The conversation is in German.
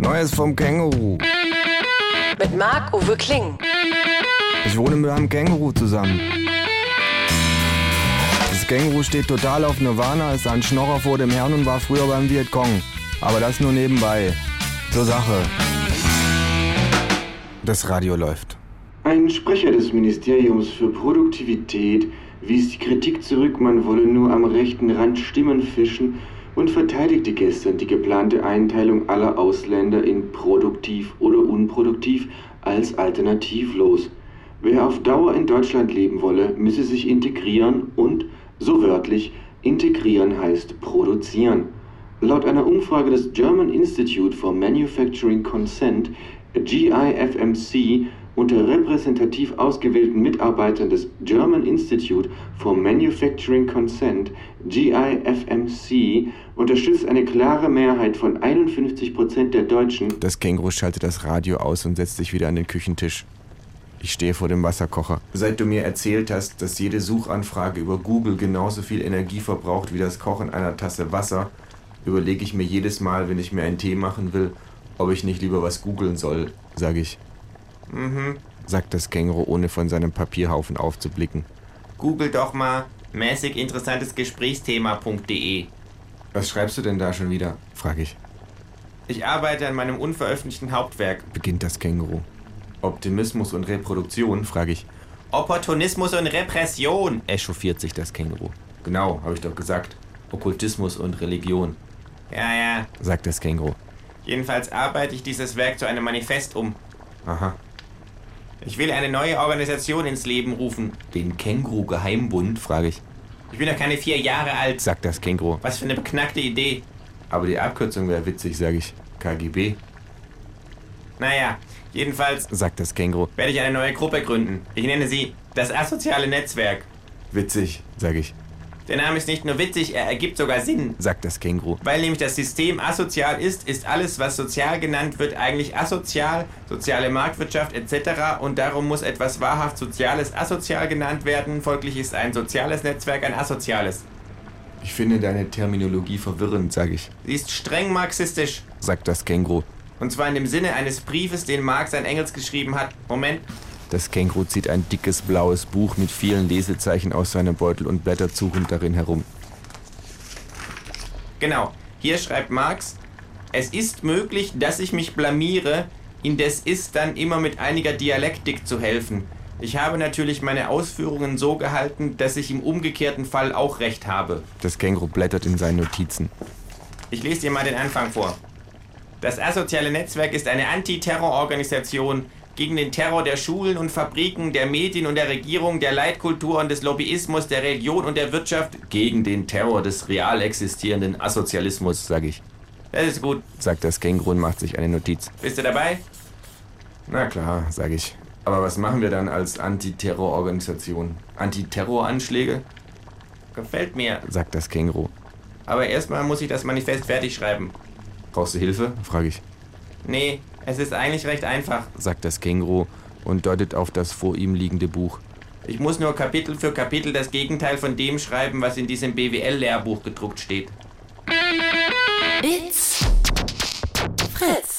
Neues vom Känguru. Mit Marc-Uwe Kling. Ich wohne mit einem Känguru zusammen. Das Känguru steht total auf Nirvana, ist ein Schnorrer vor dem Herrn und war früher beim Vietcong. Aber das nur nebenbei. Zur Sache. Das Radio läuft. Ein Sprecher des Ministeriums für Produktivität wies die Kritik zurück, man wolle nur am rechten Rand Stimmen fischen und verteidigte gestern die geplante Einteilung aller Ausländer in produktiv oder unproduktiv als alternativlos. Wer auf Dauer in Deutschland leben wolle, müsse sich integrieren und, so wörtlich, integrieren heißt produzieren. Laut einer Umfrage des German Institute for Manufacturing Consent, GIFMC, unter repräsentativ ausgewählten Mitarbeitern des German Institute for Manufacturing Consent, GIFMC, unterstützt eine klare Mehrheit von 51 Prozent der Deutschen. Das Känguru schaltet das Radio aus und setzt sich wieder an den Küchentisch. Ich stehe vor dem Wasserkocher. Seit du mir erzählt hast, dass jede Suchanfrage über Google genauso viel Energie verbraucht wie das Kochen einer Tasse Wasser, überlege ich mir jedes Mal, wenn ich mir einen Tee machen will, ob ich nicht lieber was googeln soll, sage ich. Mhm, sagt das Känguru, ohne von seinem Papierhaufen aufzublicken. Google doch mal mäßig interessantes Gesprächsthema.de. Was schreibst du denn da schon wieder? frage ich. Ich arbeite an meinem unveröffentlichten Hauptwerk, Beginnt das Känguru. Optimismus und Reproduktion, frage ich. Opportunismus und Repression, echauffiert sich das Känguru. Genau, habe ich doch gesagt. Okkultismus und Religion, Ja, ja. sagt das Känguru. Jedenfalls arbeite ich dieses Werk zu einem Manifest um. Aha. Ich will eine neue Organisation ins Leben rufen. Den Känguru-Geheimbund, frage ich. Ich bin doch keine vier Jahre alt. Sagt das Känguru. Was für eine beknackte Idee. Aber die Abkürzung wäre witzig, sage ich. KGB, Naja, jedenfalls sagt das Känguru. werde ich eine neue Gruppe gründen. Ich nenne sie das asoziale Netzwerk. Witzig, sage ich. Der Name ist nicht nur witzig, er ergibt sogar Sinn. Sagt das Känguru. Weil nämlich das System asozial ist, ist alles, was sozial genannt wird, eigentlich asozial, soziale Marktwirtschaft etc. Und darum muss etwas wahrhaft Soziales asozial genannt werden. Folglich ist ein soziales Netzwerk ein asoziales. Ich finde deine Terminologie verwirrend, sage ich. Sie ist streng marxistisch. Sagt das Känguru. Und zwar in dem Sinne eines Briefes, den Marx an Engels geschrieben hat. Moment, Das Känguru zieht ein dickes blaues Buch mit vielen Lesezeichen aus seinem Beutel und blättert suchend darin herum. genau. Hier schreibt Marx, es ist möglich, dass ich mich blamiere, indes ist dann immer mit einiger Dialektik zu helfen. Ich habe natürlich meine Ausführungen so gehalten, dass ich im umgekehrten Fall auch recht habe. Das Känguru blättert in seinen Notizen. Ich lese dir mal den Anfang vor. Das asoziale Netzwerk ist eine Antiterrororganisation gegen den Terror der Schulen und Fabriken, der Medien und der Regierung, der Leitkultur und des Lobbyismus, der Religion und der Wirtschaft. Gegen den Terror des real existierenden Asozialismus, sage ich. Das ist gut. Sagt das Känguru und macht sich eine Notiz. Bist du dabei? Na klar, sage ich. Aber was machen wir dann als Antiterrororganisation? Antiterroranschläge? Gefällt mir. Sagt das Känguru. Aber erstmal muss ich das Manifest fertig schreiben. Brauchst du Hilfe? frage ich. Nee, es ist eigentlich recht einfach. Sagt das Känguru und deutet auf das vor ihm liegende Buch. Ich muss nur Kapitel für Kapitel das Gegenteil von dem schreiben, was in diesem BWL-Lehrbuch gedruckt steht. It's Fritz.